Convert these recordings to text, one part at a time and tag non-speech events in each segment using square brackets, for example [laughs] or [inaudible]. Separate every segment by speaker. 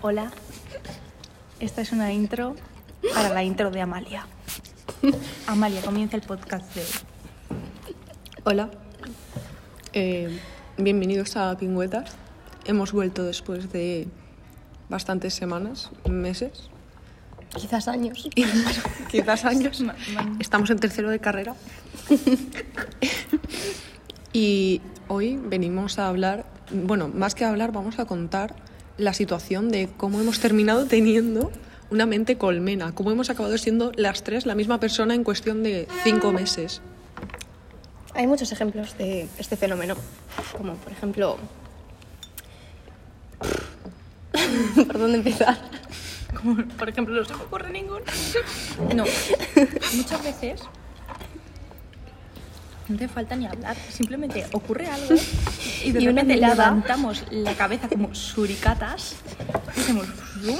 Speaker 1: Hola, esta es una intro para la intro de Amalia. Amalia, comienza el podcast de hoy.
Speaker 2: Hola, Eh, bienvenidos a Pingüetas. Hemos vuelto después de bastantes semanas, meses,
Speaker 3: Quizás años.
Speaker 2: [laughs] quizás años.
Speaker 1: Ma- ma-
Speaker 2: Estamos en tercero de carrera. [laughs] y hoy venimos a hablar, bueno, más que a hablar, vamos a contar la situación de cómo hemos terminado teniendo una mente colmena, cómo hemos acabado siendo las tres la misma persona en cuestión de cinco meses.
Speaker 3: Hay muchos ejemplos de este fenómeno, como por ejemplo... [laughs] ¿Por dónde empezar?
Speaker 1: como, por ejemplo, no se me ocurre ninguno. No, muchas veces no te falta ni hablar, simplemente ocurre algo y de
Speaker 3: Y una
Speaker 1: repente
Speaker 3: mirada.
Speaker 1: levantamos la cabeza como suricatas y hacemos zoom,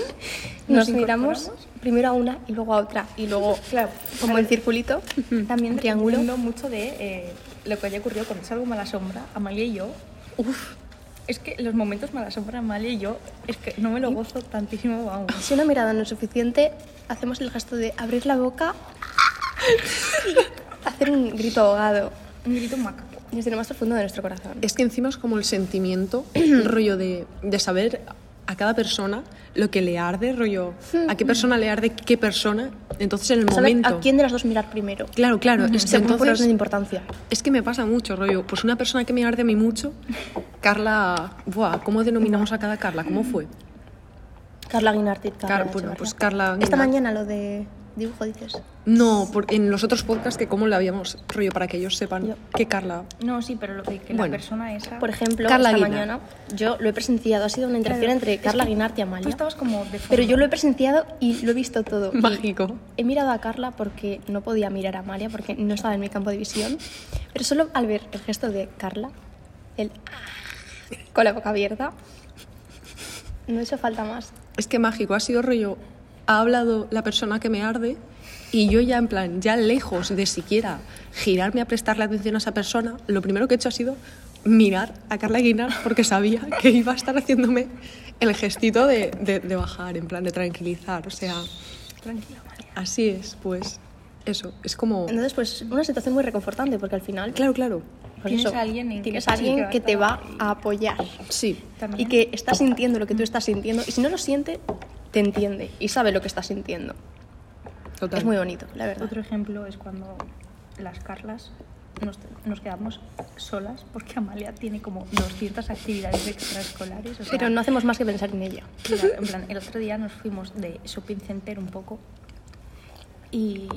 Speaker 3: Nos,
Speaker 1: incorporamos.
Speaker 3: miramos primero a una y luego a otra. Y luego,
Speaker 1: Claro,
Speaker 3: como el circulito,
Speaker 1: También
Speaker 3: triángulo.
Speaker 1: triángulo mucho de eh, lo que haya ocurrido con esa algo mala sombra, Amalia y yo. Uf, es que los momentos mala sombra, Amalia y yo, es que no me lo gozo tantísimo, vamos.
Speaker 3: Si una mirada no es suficiente, hacemos el gesto de abrir la boca y hacer un grito ahogado
Speaker 1: Un grito macaco.
Speaker 3: desde lo más profundo de nuestro corazón.
Speaker 2: Es que encima es como el
Speaker 3: [clears throat]
Speaker 2: sentimiento, rollo de, de saber a cada persona lo que le arde, rollo a qué persona le arde qué persona. Entonces en el
Speaker 3: Saber
Speaker 2: momento.
Speaker 3: a quién de las dos mirar primero.
Speaker 2: Claro, claro. Es que,
Speaker 3: Según por orden de
Speaker 2: entonces,
Speaker 3: importancia.
Speaker 2: es que me pasa mucho, rollo. Pues una persona que me arde a mí mucho, Carla. Buah, ¿cómo denominamos a cada Carla? ¿Cómo fue?
Speaker 3: Carla Guinartit.
Speaker 2: Car- bueno,
Speaker 3: Echevarría.
Speaker 2: pues Carla
Speaker 3: Esta
Speaker 2: Guinart-
Speaker 3: mañana lo de dibujo dices.
Speaker 2: No, por- en los otros podcasts que cómo la habíamos, rollo, para que ellos sepan
Speaker 3: Yo.
Speaker 2: que Carla.
Speaker 1: No, sí, pero lo que, que
Speaker 2: Bueno,
Speaker 1: la persona esa.
Speaker 3: Por ejemplo,
Speaker 2: Carla
Speaker 3: esta
Speaker 2: Guinart.
Speaker 3: mañana yo lo he presenciado. Ha sido una interacción
Speaker 1: Claro.
Speaker 3: entre
Speaker 1: Es
Speaker 3: Carla
Speaker 1: que pues
Speaker 3: Guinart y
Speaker 1: Tú
Speaker 3: Amalia.
Speaker 1: estabas como de fondo.
Speaker 3: Pero yo lo he presenciado y lo he visto todo. Y
Speaker 2: Mágico.
Speaker 3: He mirado a Carla porque no podía mirar a Amalia porque no estaba en mi campo de visión. Pero solo al ver el gesto de Carla, el ah, con la boca abierta, no he hecho falta más.
Speaker 2: Es que mágico, ha sido rollo. Ha hablado la persona que me arde y yo ya en plan, ya lejos de siquiera girarme a prestarle atención a esa persona, lo primero que he hecho ha sido mirar a Carla Guinar porque sabía que iba a estar haciéndome el gestito de, de- de bajar, en plan de tranquilizar. O sea,
Speaker 1: Tranquila, Amalia.
Speaker 2: así es, pues eso, es como...
Speaker 3: Entonces, pues una situación muy reconfortante porque al final
Speaker 2: Claro, claro,
Speaker 3: pues
Speaker 1: Tienes
Speaker 3: eso,
Speaker 1: a alguien en
Speaker 3: tienes
Speaker 1: que-
Speaker 3: a alguien
Speaker 1: sí, que va
Speaker 3: que
Speaker 1: a
Speaker 3: te va
Speaker 1: estar ahí.
Speaker 3: a apoyar.
Speaker 2: sí.
Speaker 1: También.
Speaker 3: y que está Mm. sintiendo lo que tú estás sintiendo y si no lo siente, te entiende y sabe lo que estás sintiendo.
Speaker 2: Total.
Speaker 3: Es muy bonito, la verdad.
Speaker 1: Otro ejemplo es cuando las Carlas nos, nos quedamos solas porque Amalia tiene como 200 actividades extraescolares. o sea,
Speaker 3: Pero no hacemos más que pensar en ella.
Speaker 1: Claro, en plan, el otro día nos fuimos de shopping center un poco y...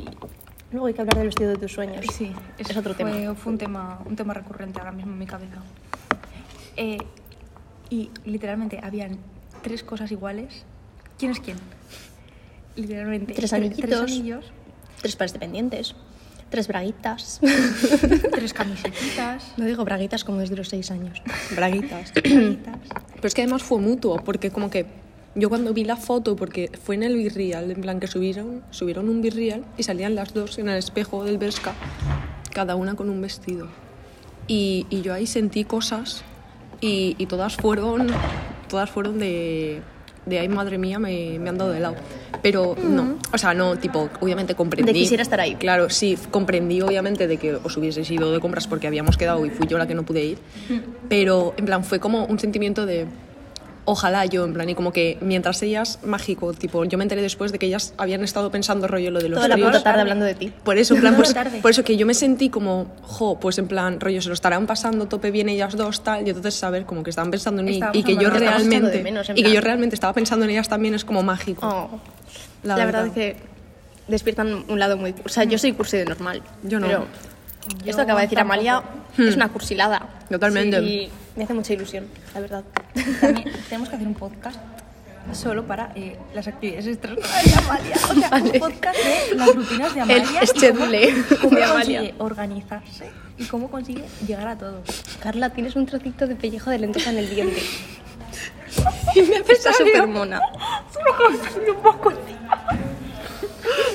Speaker 3: Luego hay que hablar del vestido de tus sueños.
Speaker 1: Sí,
Speaker 3: es,
Speaker 1: eso
Speaker 3: otro
Speaker 1: Pues fue-
Speaker 3: tema.
Speaker 1: Fue un tema, un tema recurrente ahora mismo en mi cabeza. Eh, y literalmente habían tres cosas iguales. ¿Quién es quién? Literalmente. tre- Tres
Speaker 3: Tres anillitos.
Speaker 1: [laughs] anillos,
Speaker 3: Tres pares de pendientes, tres [laughs] braguitas.
Speaker 1: tres camisetitas,
Speaker 3: no digo braguitas como desde los seis años. [clears throat]
Speaker 2: Braguitas.
Speaker 1: braguitas.
Speaker 2: Pero es que además fue mutuo, porque como que yo cuando vi la foto, porque fue en el Virreal, en plan que subieron, subieron un Virreal y salían las dos en el espejo del Berska, cada una con un vestido. Y, y yo ahí sentí cosas y, y todas fueron, todas fueron de, de ay madre mía, me, me han dado de lado. Pero no, o sea, no, tipo, obviamente comprendí.
Speaker 3: Mm. De quisiera estar ahí.
Speaker 2: Claro, sí, comprendí obviamente de que os hubieseis ido de compras porque habíamos quedado y fui yo la que no pude ir. Pero en plan fue como un sentimiento de ojalá yo, en plan, y como que mientras ellas, mágico, tipo, yo me enteré después de que ellas habían estado pensando rollo lo de los
Speaker 3: Toda la
Speaker 2: tríos.
Speaker 3: puta tarde hablando de ti.
Speaker 2: Por eso, en plan,
Speaker 1: Toda
Speaker 2: pues-
Speaker 1: la tarde.
Speaker 2: por eso que yo me sentí como, jo, pues en plan, rollo, se lo estarán pasando tope bien ellas dos, tal, y entonces saber como que estaban pensando en mí
Speaker 1: Estábamos
Speaker 2: y que yo
Speaker 1: hablando de-
Speaker 3: Estamos echando de
Speaker 2: realmente,
Speaker 3: menos, en
Speaker 2: y que yo
Speaker 3: plan.
Speaker 2: realmente estaba pensando en ellas también es como mágico.
Speaker 3: Oh,
Speaker 2: La
Speaker 3: La, verdad es que despiertan un lado muy... O sea, yo soy cursi de normal.
Speaker 2: Yo no. Hmm.
Speaker 3: pero
Speaker 1: Yo
Speaker 3: esto que acaba de decir
Speaker 1: tampoco.
Speaker 3: Amalia es una cursilada.
Speaker 2: Totalmente.
Speaker 3: Y me hace mucha ilusión, la verdad.
Speaker 1: También tenemos que hacer un podcast solo para eh, las actividades extraescolares de Amalia. O sea,
Speaker 3: Vale.
Speaker 1: un podcast de las rutinas de Amalia. y
Speaker 3: El schedule
Speaker 1: cómo- cómo
Speaker 3: de Amalia.
Speaker 1: consigue organizarse y cómo consigue llegar a todo.
Speaker 3: Carla, tienes un trocito de pellejo de lenteja en el [laughs] diente.
Speaker 2: Y me
Speaker 3: Está súper mona.
Speaker 1: un poco.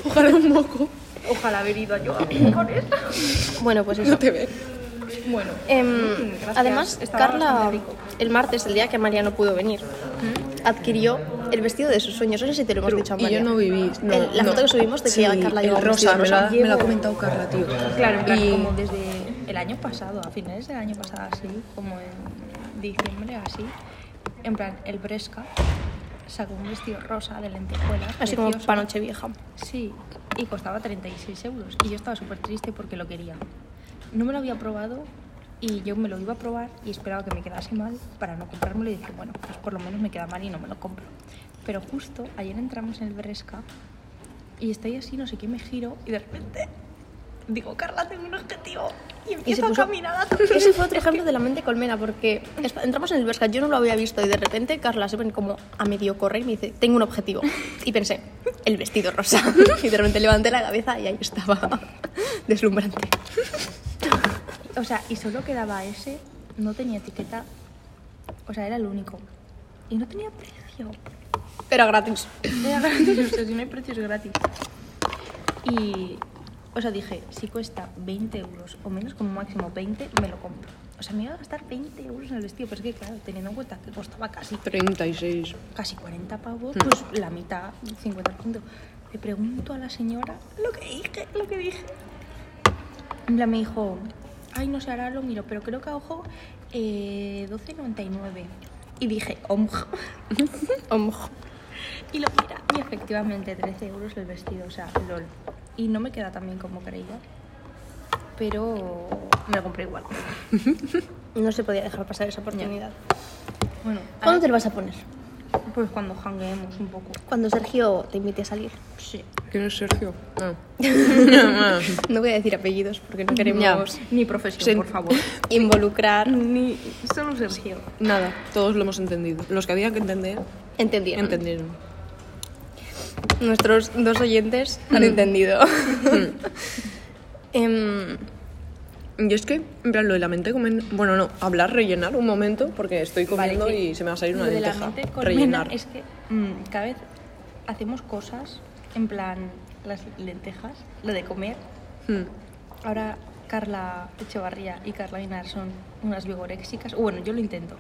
Speaker 2: Ojalá un moco,
Speaker 1: Ojalá haber ido a yo con eso.
Speaker 3: Bueno, pues eso.
Speaker 2: no te ve.
Speaker 1: Bueno,
Speaker 3: Em,
Speaker 1: gracias.
Speaker 3: además,
Speaker 1: Estaba
Speaker 3: Carla,
Speaker 1: bastante rico.
Speaker 3: el martes, el día que María no pudo venir, adquirió el vestido de sus sueños. No sé si te lo hemos dicho a
Speaker 2: ¿Mm? Y yo no viví. no,
Speaker 3: El- la
Speaker 2: no.
Speaker 3: foto que subimos de que
Speaker 2: Sí,
Speaker 3: Carla llevaba
Speaker 2: el
Speaker 3: un vestido
Speaker 2: rosa, me la,
Speaker 3: rosa.
Speaker 2: me la ha comentado Carla, tío.
Speaker 1: Claro, en plan,
Speaker 2: Y-
Speaker 1: como desde el año pasado, a finales del año pasado, así, como en diciembre, así. En plan, el Bresca sacó un vestido rosa de lentejuelas.
Speaker 3: Así como
Speaker 1: precioso.
Speaker 3: para Nochevieja.
Speaker 1: Sí, y costaba 36 euros. Y yo estaba súper triste porque lo quería. No me lo había probado y yo me lo iba a probar y esperaba que me quedase mal para no comprármelo. Y dije, bueno, pues por lo menos me queda mal y no me lo compro. Pero justo ayer entramos en el Bresca y estoy así, no sé qué, me giro y de repente digo, Carla, tengo un objetivo. Y
Speaker 3: Y se
Speaker 1: empiezo
Speaker 3: puso...
Speaker 1: a caminar a
Speaker 3: [laughs] Ese fue otro ejemplo de la mente colmena, porque es- entramos en el Bershka, yo no lo había visto, y de repente Carla se pone como a medio correr y me dice, tengo un objetivo. Y pensé, el vestido rosa. [laughs] Y de repente levanté la cabeza y ahí estaba, [laughs] deslumbrante.
Speaker 1: O sea, y solo quedaba ese, no tenía etiqueta. O sea, era el único. Y no tenía precio.
Speaker 3: Pero gratis.
Speaker 1: Era gratis, o sea, si no hay precios gratis. Y, o sea, dije, si cuesta 20 euros o menos, como máximo 20, me lo compro. O sea, me iba a gastar 20 euros en el vestido, pero es que, claro, teniendo en cuenta que costaba casi,
Speaker 2: 36.
Speaker 1: casi 40 pavos, pues la mitad, 50%. Le pregunto a la señora lo que dije, lo que dije. En plan, me dijo, ay, no sé, ahora lo miro, pero creo que a ojo, eh, 12,99. Y dije, omg.
Speaker 3: Om.
Speaker 1: Y lo mira, y efectivamente 13 euros el vestido, o sea, lol. Y no me queda tan bien como creía, pero me lo compré igual.
Speaker 3: No se podía dejar pasar esa oportunidad.
Speaker 1: Bueno,
Speaker 3: ¿Cuándo te
Speaker 1: ahora-
Speaker 3: lo vas a poner?
Speaker 1: pues cuando jangueemos un poco.
Speaker 3: Cuando Sergio te invite a salir.
Speaker 1: Sí.
Speaker 2: ¿Quién es Sergio? Ah.
Speaker 3: No voy a decir apellidos porque no queremos
Speaker 1: Ni profesión,
Speaker 2: Sí.
Speaker 1: por favor. [laughs]
Speaker 3: involucrar,
Speaker 1: Ni solo Sergio.
Speaker 2: [laughs] Nada, todos lo hemos entendido. Los que había que entender,
Speaker 3: entendieron.
Speaker 2: entendieron.
Speaker 3: Nuestros dos oyentes han entendido. Mm. [laughs] Em,
Speaker 2: Y es que, en plan, lo de la mente comen... Bueno, no, hablar, rellenar un momento, porque estoy comiendo
Speaker 1: Vale, que
Speaker 2: y se me va a salir una
Speaker 1: lo de la
Speaker 2: lenteja.
Speaker 1: mente colmena
Speaker 2: rellenar.
Speaker 1: Es que mm, cada vez hacemos cosas, en plan, las lentejas, lo de comer.
Speaker 2: [laughs] Hmm.
Speaker 1: Ahora Carla Echevarría y Carla Guinar son unas vigoréxicas. Bueno, yo lo intento.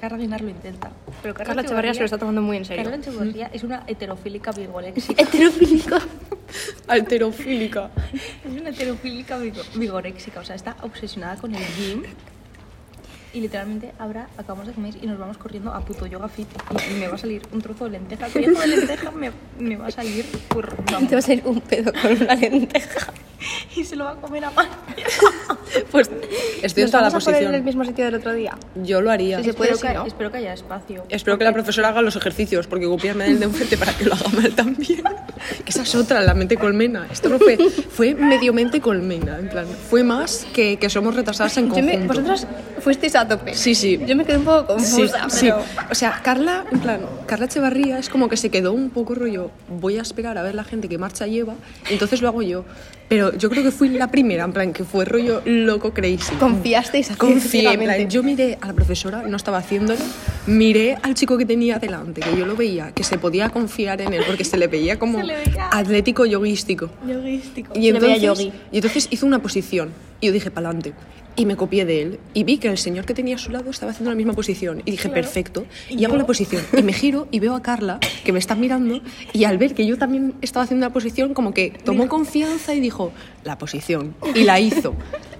Speaker 1: Carla Guinar lo intenta. Pero Carla,
Speaker 3: Carla Echevarría se lo está tomando muy en serio.
Speaker 1: Carla Echevarría es una heterofílica vigoréxica.
Speaker 3: Heterofílico.
Speaker 2: Alterofílica.
Speaker 1: [laughs] es una heterofílica vigo- vigoréxica. O sea, está obsesionada con el gym. Y literalmente ahora acabamos de comer y nos vamos corriendo a puto yoga fit. Y, y me va a salir un trozo de lenteja. Trozo de lenteja me, me va a salir. Por, vamos.
Speaker 3: [laughs] Te va a salir un pedo con una lenteja.
Speaker 1: Y se lo va a comer a mal.
Speaker 2: Pues estoy en
Speaker 3: ¿Nos
Speaker 2: toda la
Speaker 3: vamos a poner en el
Speaker 2: posición.
Speaker 3: mismo sitio del otro día?
Speaker 2: Yo lo haría.
Speaker 3: Sí, sí. puede,
Speaker 1: espero, que,
Speaker 3: ¿no?
Speaker 1: espero que haya espacio.
Speaker 2: Espero que la profesora haga los ejercicios, porque copiarme del de enfrente para que lo haga mal también. Que esa es otra, la mente colmena. Esta profe fue medio mente colmena, en plan, fue más que, que somos retrasadas en
Speaker 3: Yo me-
Speaker 2: conjunto.
Speaker 3: vosotras fuisteis a tope.
Speaker 2: Sí, sí.
Speaker 3: Yo me quedé un poco
Speaker 2: Sí,
Speaker 3: confusa,
Speaker 2: sí.
Speaker 3: pero...
Speaker 2: O sea, Carla, en plan, Carla Echevarría es como que se quedó un poco rollo, voy a esperar a ver la gente que marcha lleva, entonces lo hago yo. Pero yo creo que fui la primera, en plan, que fue rollo loco crazy.
Speaker 3: Confiasteis así
Speaker 2: Confié, en plan,
Speaker 3: ciegamente.
Speaker 2: yo miré a la profesora, no estaba haciéndolo, miré al chico que tenía delante, que yo lo veía, que se podía confiar en él, porque se le veía como
Speaker 1: Se le veía-
Speaker 2: atlético yoguístico.
Speaker 1: Logístico.
Speaker 2: Y
Speaker 3: Se le veía
Speaker 2: entonces,
Speaker 3: yogui.
Speaker 2: y entonces hizo una posición, y yo dije, pa'lante. Y me copié de él, y vi que el señor que tenía a su lado estaba haciendo la misma posición, y dije, perfecto, y, hago la posición, y me giro, y veo a Carla, que me está mirando, y al ver que yo también estaba haciendo la posición, como que tomó confianza y dijo, la posición, y la hizo.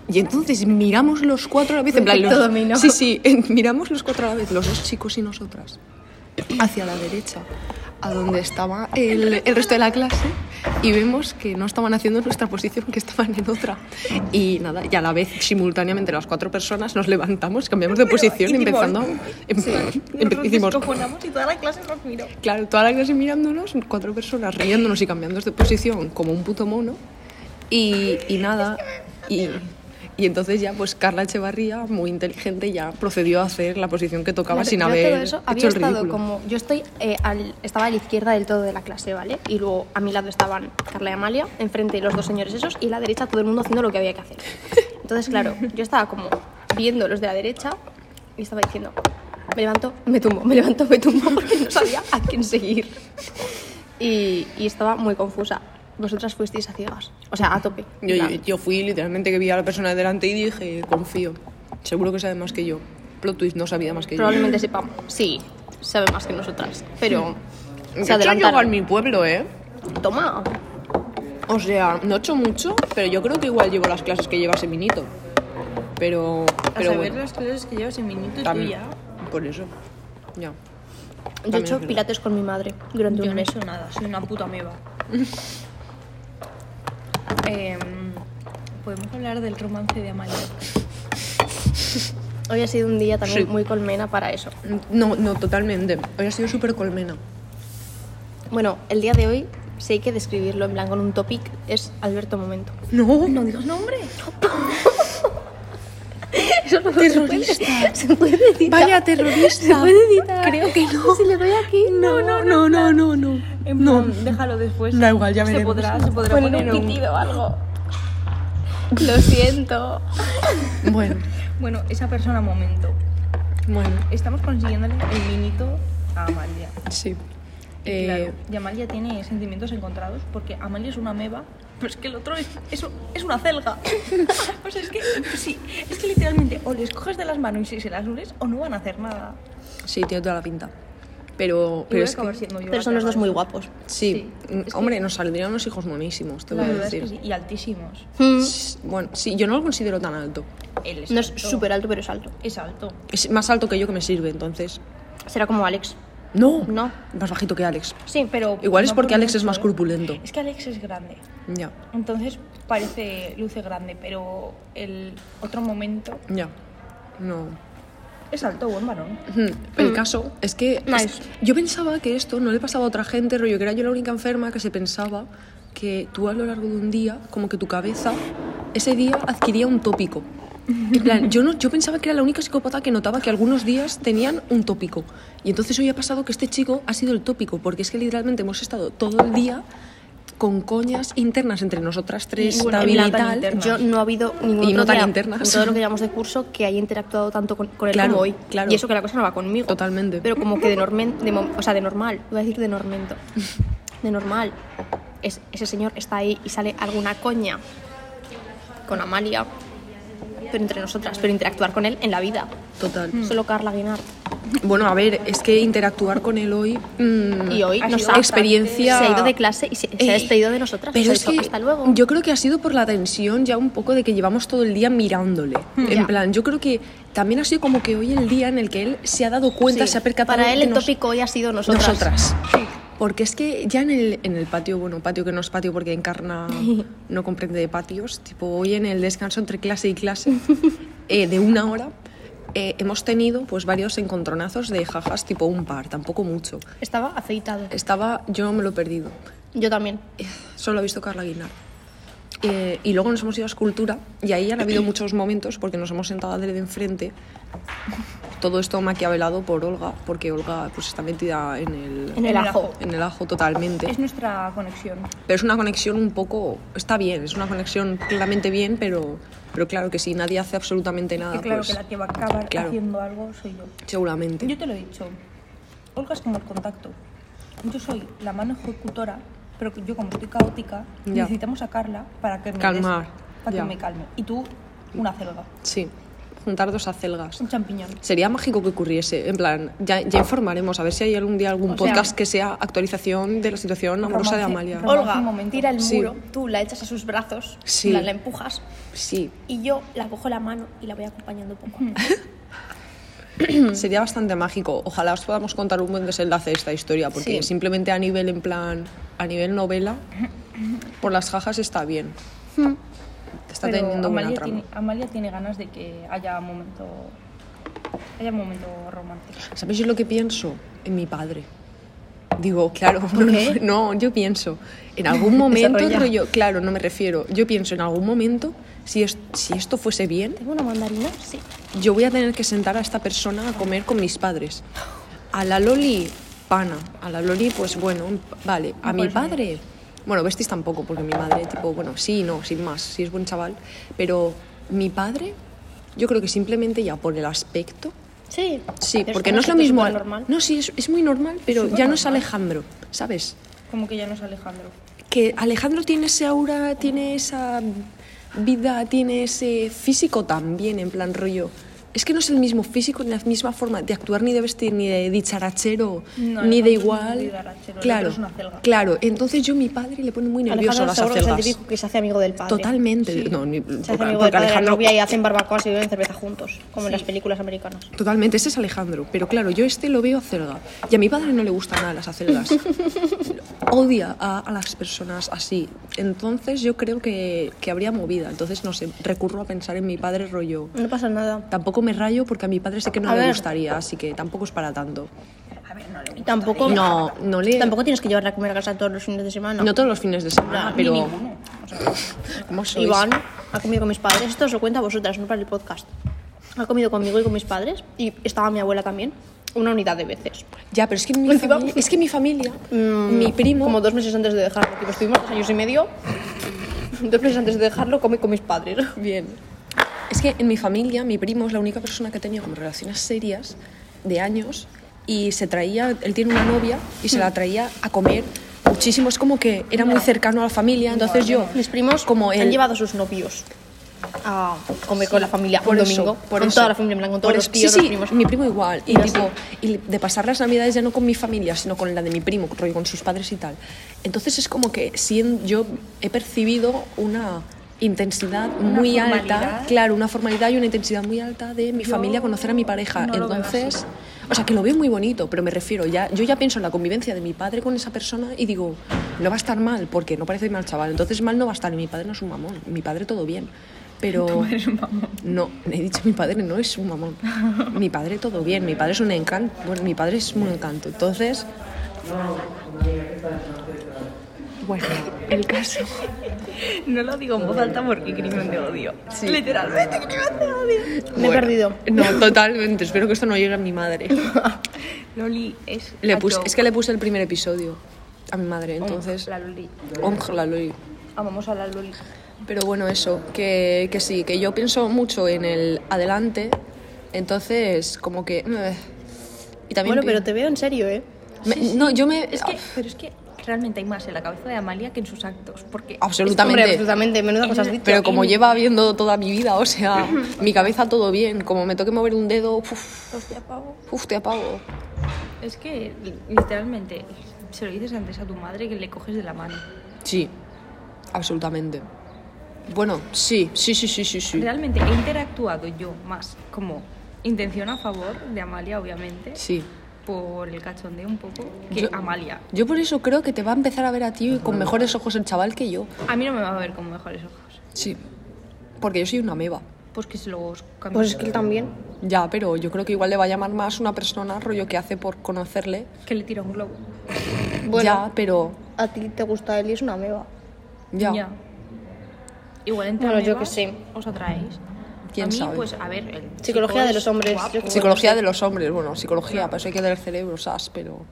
Speaker 2: Y entonces miramos los cuatro a la vez, en plan,
Speaker 3: Efecto
Speaker 2: los-
Speaker 3: dominó.
Speaker 2: sí, sí, miramos los cuatro a la vez, los dos chicos y nosotras, hacia la derecha, a donde estaba el, el resto de la clase, y vemos que no estaban haciendo nuestra posición, que estaban en otra. Y nada, y a la vez, simultáneamente, las cuatro personas nos levantamos, cambiamos de posición,
Speaker 1: hicimos-
Speaker 2: empezando. em- [laughs] em-
Speaker 1: Nos
Speaker 2: hicimos-
Speaker 1: descojonamos y toda la clase nos miró.
Speaker 2: Claro, toda la clase mirándonos, cuatro personas riéndonos y cambiando de posición como un puto mono. Y, y nada, y, y entonces ya pues Carla Echevarría, muy inteligente, ya procedió a hacer la posición que tocaba
Speaker 3: Claro,
Speaker 2: sin
Speaker 3: yo
Speaker 2: haber
Speaker 3: todo eso
Speaker 2: hecho
Speaker 3: había
Speaker 2: el
Speaker 3: estado
Speaker 2: ridículo.
Speaker 3: como yo estoy eh, al- estaba a la izquierda del todo de la clase vale y luego a mi lado estaban Carla y Amalia enfrente los dos señores esos y a la derecha todo el mundo haciendo lo que había que hacer entonces claro yo estaba como viendo los de la derecha y estaba diciendo me levanto me tumbo me levanto me tumbo [laughs] porque no sabía a quién seguir y, y estaba muy confusa vosotras fuisteis a ciegas o sea a tope
Speaker 2: Yo, yo,
Speaker 3: Claro.
Speaker 2: yo fui literalmente que vi a la persona de delante y dije, confío, seguro que sabe más que yo. Plot twist, no sabía más que yo.
Speaker 3: Mm. probablemente sepa sí sabe más que nosotras, pero
Speaker 2: Yo
Speaker 3: se
Speaker 2: ya llego
Speaker 3: adelantaron.
Speaker 2: mi pueblo, ¿eh?
Speaker 3: Toma.
Speaker 2: O sea, no he hecho mucho, pero yo creo que igual llevo las clases que lleva Seminito. Pero,
Speaker 1: A
Speaker 2: pero
Speaker 1: saber
Speaker 2: bueno,
Speaker 1: las clases que llevas en minuto y tú
Speaker 2: también-
Speaker 1: ya.
Speaker 2: por eso. Ya.
Speaker 3: Yo he
Speaker 2: También es
Speaker 3: hecho
Speaker 2: verdad.
Speaker 3: pilates con mi madre durante
Speaker 1: Yo
Speaker 3: un
Speaker 1: no he
Speaker 3: mes.
Speaker 1: hecho nada, soy una puta meba. Em, Podemos hablar del romance de Amalia.
Speaker 3: Hoy ha sido un día también
Speaker 2: Sí.
Speaker 3: muy colmena para eso.
Speaker 2: No, no, totalmente. Hoy ha sido súper colmena.
Speaker 3: Bueno, el día de hoy, si hay que describirlo en blanco en un topic, es Alberto Momento.
Speaker 2: No,
Speaker 1: No digas nombre.
Speaker 3: Eso no
Speaker 2: Terrorista.
Speaker 3: [laughs] Se puede editar.
Speaker 2: Vaya
Speaker 1: [laughs]
Speaker 2: terrorista.
Speaker 3: Se puede editar.
Speaker 2: Creo que no.
Speaker 3: [laughs] Si le doy aquí,
Speaker 2: No, no, no, no, no, no.
Speaker 1: En plan, Em, déjalo después.
Speaker 2: Da igual, ya
Speaker 1: se
Speaker 2: veremos.
Speaker 1: podrá, se podrá
Speaker 2: Poner
Speaker 1: poner un
Speaker 2: un-
Speaker 1: pitido o algo.
Speaker 3: Lo siento.
Speaker 2: Bueno,
Speaker 1: Bueno, esa persona momento.
Speaker 2: bueno,
Speaker 1: Estamos consiguiendo el minito a Amalia.
Speaker 2: sí.
Speaker 1: Y
Speaker 2: Eh,
Speaker 1: claro, y Amalia tiene sentimientos encontrados porque Amalia es una meba, pero es que el otro es, es, un- es una celga. [laughs] o sea, es que, sí, es que literalmente o les coges de las manos y si se las unes o no van a hacer nada.
Speaker 2: Sí, tiene toda la pinta. Pero,
Speaker 1: Y voy
Speaker 2: pero
Speaker 1: a
Speaker 2: es que...
Speaker 1: acabar siendo yo
Speaker 3: Pero
Speaker 1: la
Speaker 3: son los
Speaker 1: celga.
Speaker 3: dos muy guapos.
Speaker 2: Sí, Mm,
Speaker 1: Sí, es que-
Speaker 2: hombre, nos saldrían unos hijos monísimos, te
Speaker 1: La
Speaker 2: voy a
Speaker 1: verdad es que
Speaker 2: decir.
Speaker 1: sí, y altísimos.
Speaker 3: Mm.
Speaker 2: S- Bueno, sí, yo no lo considero tan alto.
Speaker 1: Él es
Speaker 3: No es
Speaker 1: alto.
Speaker 3: súper alto, pero es alto.
Speaker 1: Es alto.
Speaker 2: Es más alto que yo que me sirve, entonces.
Speaker 3: Será como Alex.
Speaker 2: No,
Speaker 3: No.
Speaker 2: Más bajito que Alex.
Speaker 3: Sí,
Speaker 1: Pero
Speaker 2: Igual es
Speaker 1: no
Speaker 2: porque
Speaker 1: por
Speaker 2: Alex es
Speaker 1: mucho,
Speaker 2: más
Speaker 1: ¿eh?
Speaker 2: corpulento.
Speaker 1: Es que Alex es grande.
Speaker 2: Ya,
Speaker 1: Entonces parece luce grande, pero el otro momento
Speaker 2: ya. No.
Speaker 1: es alto, buen varón.
Speaker 2: Ujú. El
Speaker 1: Mm.
Speaker 2: caso es que
Speaker 3: Nice.
Speaker 2: es- yo pensaba que esto no le pasaba a otra gente, rollo que era yo la única enferma que se pensaba que tú a lo largo de un día, como que tu cabeza ese día adquiría un tópico. En plan, yo, no, yo pensaba que era la única psicópata que notaba que algunos días tenían un tópico. Y entonces hoy ha pasado que este chico ha sido el tópico, porque es que literalmente hemos estado todo el día con coñas internas entre nosotras tres,
Speaker 1: Y bueno,
Speaker 2: David
Speaker 1: en
Speaker 2: y
Speaker 1: plan tan
Speaker 2: tal.
Speaker 1: interna.
Speaker 3: Yo no ha habido ningún
Speaker 2: Y no
Speaker 3: otro
Speaker 2: tan
Speaker 3: día
Speaker 2: internas.
Speaker 3: en todo lo que llevamos de curso que haya interactuado tanto con, con él
Speaker 2: Claro,
Speaker 3: como hoy.
Speaker 2: claro.
Speaker 3: Y eso que la cosa no va conmigo.
Speaker 2: Totalmente.
Speaker 3: Pero como que de normen, de mom- o sea, de normal, iba a decir de
Speaker 2: [laughs]
Speaker 3: normento. De normal. Es, ese señor está ahí y sale alguna coña con Amalia, pero entre nosotras, pero interactuar con él en la vida.
Speaker 2: Total.
Speaker 1: Mm.
Speaker 3: Solo Carla Guinard.
Speaker 2: Bueno, a ver, es que interactuar con él hoy... mm,
Speaker 3: Y hoy
Speaker 1: Ha
Speaker 3: nos
Speaker 1: sido
Speaker 3: ha,
Speaker 1: bastante-
Speaker 2: experiencia...
Speaker 3: se ha ido de clase y se, se ha
Speaker 2: Eh,
Speaker 3: despedido de nosotras.
Speaker 2: Pero
Speaker 3: Se ha
Speaker 2: es
Speaker 3: dicho,
Speaker 2: que
Speaker 3: hasta luego.
Speaker 2: yo creo que ha sido por la tensión ya un poco de que llevamos todo el día mirándole. En
Speaker 3: Hmm. Ya.
Speaker 2: plan, yo creo que también ha sido como que hoy el día en el que él se ha dado cuenta,
Speaker 3: Sí.
Speaker 2: se ha percatado
Speaker 3: Para él
Speaker 2: de
Speaker 3: el
Speaker 2: nos-
Speaker 3: tópico hoy ha sido nosotras.
Speaker 2: nosotras. Porque es que ya en el, en el patio, bueno, patio que no es patio porque [laughs] encarna no comprende patios, tipo hoy en el descanso entre clase y clase eh, de una hora, eh, hemos tenido pues varios encontronazos de jajas tipo un par, tampoco mucho.
Speaker 3: Estaba afeitado.
Speaker 2: Estaba, yo me lo he perdido. [sighs]
Speaker 3: Yo también.
Speaker 2: Eh, Solo he visto Carla Guinard. Eh, y luego nos hemos ido a escultura y ahí han habido muchos momentos porque nos hemos sentado de enfrente. Todo esto maquiavelado por Olga, porque Olga pues está metida en el,
Speaker 3: En el
Speaker 1: el
Speaker 3: ajo.
Speaker 1: ajo.
Speaker 2: en el ajo totalmente.
Speaker 1: Es nuestra conexión.
Speaker 2: Pero es una conexión un poco... Está bien, es una conexión claramente bien, pero, pero claro que si nadie hace absolutamente nada,
Speaker 1: que claro
Speaker 2: pues
Speaker 1: que la que va a acabar
Speaker 2: claro.
Speaker 1: haciendo algo soy yo.
Speaker 2: seguramente.
Speaker 1: Yo te lo he dicho. Olga es como el contacto. Yo soy la mano ejecutora, pero que yo como estoy caótica,
Speaker 2: Ya.
Speaker 1: necesitamos sacarla para que me des-
Speaker 2: Calmar,
Speaker 1: para
Speaker 2: ya.
Speaker 1: que me calme. Y tú, una celga,
Speaker 2: Sí, juntar dos acelgas.
Speaker 1: un champiñón.
Speaker 2: Sería mágico que ocurriese, en plan, ya, ya informaremos, a ver si hay algún día algún
Speaker 1: O sea,
Speaker 2: podcast que sea actualización de la situación amorosa de Amalia.
Speaker 1: romance.
Speaker 3: Olga
Speaker 1: un momento.
Speaker 3: tira el
Speaker 2: Sí.
Speaker 3: muro, tú la echas a sus brazos,
Speaker 2: Sí.
Speaker 3: la, la empujas
Speaker 2: Sí,
Speaker 3: y yo la cojo la mano y la voy acompañando poco
Speaker 2: [laughs]
Speaker 3: a poco.
Speaker 1: Mm.
Speaker 2: sería bastante mágico. Ojalá os podamos contar un buen desenlace de esta historia, porque
Speaker 3: Sí.
Speaker 2: simplemente a nivel, en plan, a nivel novela, por las jajas está bien. Está
Speaker 1: Hmm. Pero
Speaker 2: teniendo buena
Speaker 1: Amalia
Speaker 2: trama.
Speaker 1: tiene, Amalia tiene ganas de que haya momento haya momento romántico.
Speaker 2: ¿Sabéis yo lo que pienso? En mi padre. Digo, claro, [laughs] no,
Speaker 3: qué?
Speaker 2: no, yo pienso,
Speaker 1: [laughs]
Speaker 2: en algún momento,
Speaker 3: Desarrolla.
Speaker 2: rollo- claro, no me refiero, yo pienso en algún momento, si, es- si esto fuese bien,
Speaker 3: ¿Tengo una mandarina? Sí.
Speaker 2: yo voy a tener que sentar a esta persona a comer con mis padres. A la Loli, pana. A la Loli, pues bueno, vale. A
Speaker 1: No
Speaker 2: mi
Speaker 1: puedes venir.
Speaker 2: padre, bueno, Vestis tampoco, porque mi madre, tipo, bueno, sí, no, sin más, sí es buen chaval. Pero mi padre, yo creo que simplemente ya por el aspecto,
Speaker 3: Sí.
Speaker 2: sí,
Speaker 3: Pero
Speaker 2: porque
Speaker 3: esto
Speaker 2: no es lo mismo.
Speaker 3: súper normal.
Speaker 2: No, sí, es, es muy normal, pero ya no es
Speaker 1: normal.
Speaker 2: Alejandro, ¿sabes?
Speaker 1: Como que ya no es Alejandro.
Speaker 2: que Alejandro tiene ese aura, tiene esa vida, tiene ese físico también, en plan rollo. Es que no es el mismo físico, ni la misma forma de actuar, ni de vestir, ni de dicharachero,
Speaker 1: No,
Speaker 2: ni
Speaker 1: el otro
Speaker 2: de
Speaker 1: es un
Speaker 2: igual.
Speaker 1: dicharachero, el
Speaker 2: Claro,
Speaker 1: otro es una celga.
Speaker 2: claro. Entonces yo, mi padre, le pone muy nervioso
Speaker 3: Alejandro
Speaker 2: a las
Speaker 3: seguro que es el
Speaker 2: acelgas.
Speaker 3: típico que se hace amigo del padre.
Speaker 2: Totalmente.
Speaker 3: Sí.
Speaker 2: No, ni-
Speaker 3: se hace
Speaker 2: porque-
Speaker 3: amigo
Speaker 2: porque
Speaker 3: del padre de la
Speaker 2: Alejandro-
Speaker 3: novia y hacen barbacoas y beben cerveza juntos, como en las películas americanas.
Speaker 2: Totalmente, ese es Alejandro. Pero claro, yo este lo veo acelga. Y a mi padre no le gustan nada las
Speaker 3: [laughs]
Speaker 2: acelgas. Odia a, a las personas así. Entonces yo creo que, que habría movida. Entonces, no sé, recurro a pensar en mi padre rollo.
Speaker 3: No pasa nada.
Speaker 2: Tampoco me rayo porque a mi padre sé que no
Speaker 3: A
Speaker 2: le
Speaker 3: ver.
Speaker 2: gustaría, así que tampoco es para tanto.
Speaker 1: A ver, no le
Speaker 3: Y
Speaker 1: gusta.
Speaker 3: tampoco,
Speaker 2: No, no le...
Speaker 3: tampoco Ah, tienes que llevarla a comer a casa todos los fines de semana.
Speaker 2: No todos los fines de semana,
Speaker 1: Ni
Speaker 2: pero...
Speaker 1: ninguno. O sea,
Speaker 2: ¿Cómo sois?
Speaker 3: Iván ha comido con mis padres, esto os lo cuento a vosotras, no para el podcast. Ha comido conmigo y con mis padres, y estaba mi abuela también, una unidad de veces.
Speaker 2: Ya, pero es que mi,
Speaker 3: Encima-
Speaker 2: familia, es que mi familia,
Speaker 3: Mm,
Speaker 2: mi primo...
Speaker 3: Como dos meses antes de dejarlo, tipo, estuvimos dos años y medio. [laughs] Dos meses antes de dejarlo, comí con mis padres.
Speaker 2: Bien. Es que en mi familia, mi primo es la única persona que ha tenido como relaciones serias de años y se traía, él tiene una novia y se la traía a comer muchísimo. Es como que era muy cercano a la familia, entonces yo.
Speaker 3: Mis primos
Speaker 2: como él.
Speaker 3: han llevado a sus novios a comer con la familia un
Speaker 2: eso,
Speaker 3: domingo.
Speaker 2: por
Speaker 3: con
Speaker 2: eso.
Speaker 3: toda la familia, en plan, con todos
Speaker 2: Por
Speaker 3: los
Speaker 2: eso.
Speaker 3: tíos,
Speaker 2: Sí,
Speaker 3: los
Speaker 2: sí,
Speaker 3: primos.
Speaker 2: mi primo igual. Y,
Speaker 3: Y así.
Speaker 2: tipo, y de pasar las navidades ya no con mi familia, sino con la de mi primo, rollo, con sus padres y tal. Entonces es como que sien- yo he percibido una intensidad
Speaker 1: Una
Speaker 2: muy alta,
Speaker 1: formalidad.
Speaker 2: claro, una formalidad y una intensidad muy alta de mi familia conocer a mi pareja.
Speaker 1: no lo veo
Speaker 2: Entonces,
Speaker 1: así.
Speaker 2: o sea, que lo veo muy bonito, pero me refiero, ya, yo ya pienso en la convivencia de mi padre con esa persona y digo, no va a estar mal, porque no parece mal chaval, entonces mal no va a estar, y mi padre no es un mamón, mi padre todo bien, pero...
Speaker 1: eres un mamón.
Speaker 2: No, he dicho mi padre no es un mamón. Mi padre todo bien, mi padre es un encanto. Bueno, mi padre es un encanto. Entonces. Bueno, el caso.
Speaker 1: [laughs] No lo digo en voz alta porque crimen de odio. Literalmente crimen de odio.
Speaker 2: [laughs]
Speaker 3: Me he perdido.
Speaker 2: No, totalmente. Espero que esto no llegue a mi madre.
Speaker 1: Loli es.
Speaker 2: Le
Speaker 1: a
Speaker 2: puse,
Speaker 1: joke.
Speaker 2: es que le puse el primer episodio a mi madre, entonces.
Speaker 1: La Loli.
Speaker 2: Ong, la Loli.
Speaker 1: Amamos a la Loli.
Speaker 2: Pero bueno, eso, que, que sí, que yo pienso mucho en el adelante, entonces, como que. eh. Y también.
Speaker 3: Bueno,
Speaker 2: pi-
Speaker 3: pero te veo en serio, ¿eh?
Speaker 2: me- No, yo me.
Speaker 1: Es que, pero es que realmente hay más en la cabeza de Amalia que en sus actos. Porque.
Speaker 2: Ah. Absolutamente.
Speaker 3: Hombre, absolutamente, menuda cosa has dicho.
Speaker 2: Pero como lleva viendo toda mi vida,
Speaker 1: [laughs]
Speaker 2: o sea, mi cabeza todo bien, como me toque mover un dedo, uf,
Speaker 1: Hostia, pavo.
Speaker 2: uf, te apago.
Speaker 1: Es que li- literalmente se lo dices antes a tu madre que le coges de la mano.
Speaker 2: Sí, absolutamente. Bueno, sí, sí, sí, sí, sí, sí.
Speaker 1: Realmente he interactuado yo más como intención a favor de Amalia, obviamente.
Speaker 2: Sí.
Speaker 1: Por el cachondeo un poco. Que
Speaker 2: Yo-
Speaker 1: Amalia.
Speaker 2: Yo por eso creo que te va a empezar a ver a ti con mejores ojos el chaval que yo.
Speaker 1: A mí no me va a ver con mejores ojos.
Speaker 2: Sí. Porque yo soy una meba.
Speaker 1: Pues que se los cambie.
Speaker 3: Pues es que él también.
Speaker 2: Ya, pero yo creo que igual le va a llamar más una persona rollo que hace por conocerle.
Speaker 1: Que le tira un globo.
Speaker 3: Bueno.
Speaker 2: Ya, pero
Speaker 3: A ti te gusta él y es una meba.
Speaker 2: ya.
Speaker 1: Igual entre
Speaker 3: Bueno, yo
Speaker 1: amebas
Speaker 3: que sí.
Speaker 1: os atraéis.
Speaker 2: ¿Quién
Speaker 1: a mí,
Speaker 2: sabe?
Speaker 1: pues, a ver... el chico
Speaker 3: Psicología de
Speaker 1: es
Speaker 3: los hombres,
Speaker 1: guapo.
Speaker 3: yo que sé.
Speaker 2: Psicología de los hombres, bueno, psicología, para eso hay que tener cerebro, sas, pero.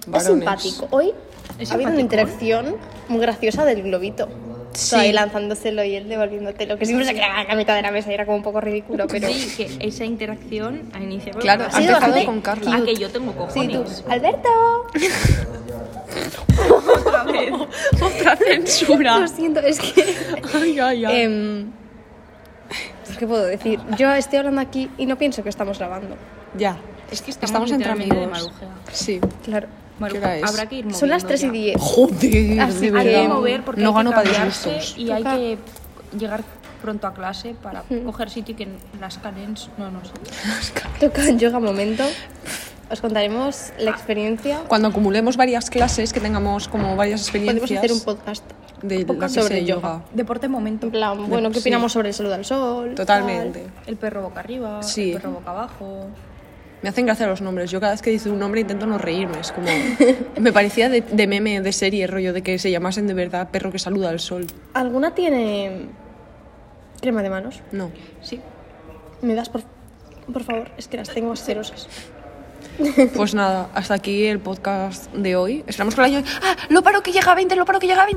Speaker 3: Es
Speaker 2: varones.
Speaker 3: simpático. [laughs] Hoy
Speaker 1: Es
Speaker 3: ha habido
Speaker 1: simpático,
Speaker 3: una
Speaker 1: ¿eh?
Speaker 3: interacción muy graciosa del globito.
Speaker 2: Sí.
Speaker 3: Tú Ahí lanzándoselo y él devolviéndotelo, que siempre se quedaba en la mitad de la mesa y era como un poco ridículo, pero...
Speaker 1: Sí, que esa interacción ha iniciado...
Speaker 2: Claro,
Speaker 1: Ha
Speaker 2: has
Speaker 1: sido
Speaker 2: empezado
Speaker 3: bastante
Speaker 2: con
Speaker 1: A
Speaker 2: Carla.
Speaker 1: que yo tengo
Speaker 3: Sí, tú,
Speaker 1: cojones.
Speaker 3: Alberto.
Speaker 1: Otra vez.
Speaker 2: Otra censura.
Speaker 3: Lo siento, es que...
Speaker 2: [laughs] ay, ay, ay.
Speaker 3: em, ¿Qué puedo decir? Yo estoy hablando aquí y no pienso que estamos grabando.
Speaker 2: ya.
Speaker 1: Es que estamos
Speaker 2: Estamos entre
Speaker 1: literalmente de
Speaker 2: amigos.
Speaker 1: marujeo.
Speaker 2: Sí.
Speaker 3: Claro.
Speaker 1: Maruja,
Speaker 2: hora es?
Speaker 1: Habrá que ir moviendo
Speaker 3: Son las 3 y
Speaker 1: ya.
Speaker 3: 10.
Speaker 2: Joder,
Speaker 3: Así
Speaker 2: de
Speaker 3: que-
Speaker 1: Hay
Speaker 2: verdad.
Speaker 1: que mover porque
Speaker 2: no
Speaker 1: hay
Speaker 2: gano
Speaker 1: que
Speaker 2: para
Speaker 1: cambiarse
Speaker 2: disgustos.
Speaker 1: Y hay
Speaker 3: Toca.
Speaker 1: que llegar pronto a clase para coger sitio y que las calens no nos...
Speaker 3: Toca yoga momento. Os contaremos la experiencia.
Speaker 2: Cuando acumulemos varias clases, que tengamos como varias
Speaker 3: Podemos
Speaker 2: experiencias
Speaker 3: hacer un podcast.
Speaker 2: de
Speaker 3: un
Speaker 2: la
Speaker 3: podcast
Speaker 2: clase
Speaker 3: sobre
Speaker 2: de yoga.
Speaker 3: yoga.
Speaker 1: Deporte momento.
Speaker 3: En plan, bueno,
Speaker 2: Sí.
Speaker 3: ¿qué opinamos sobre el saludo al sol?
Speaker 2: Totalmente.
Speaker 3: tal?
Speaker 1: El perro boca arriba,
Speaker 2: Sí.
Speaker 1: el perro boca abajo.
Speaker 2: Me hacen gracia los nombres. Yo cada vez que dice un nombre intento no reírme. Es como. Me parecía de, de meme, de serie, rollo, de que se llamasen de verdad perro que saluda al sol.
Speaker 3: ¿Alguna tiene crema de manos?
Speaker 2: No.
Speaker 1: Sí.
Speaker 3: ¿Me das, por, por favor? Es que las tengo asquerosas.
Speaker 2: Pues nada, hasta aquí el podcast de hoy. Esperamos que lo hayáis. ¡Ah! ¡Lo paro que llega a 20! ¡Lo paro que llega a 20!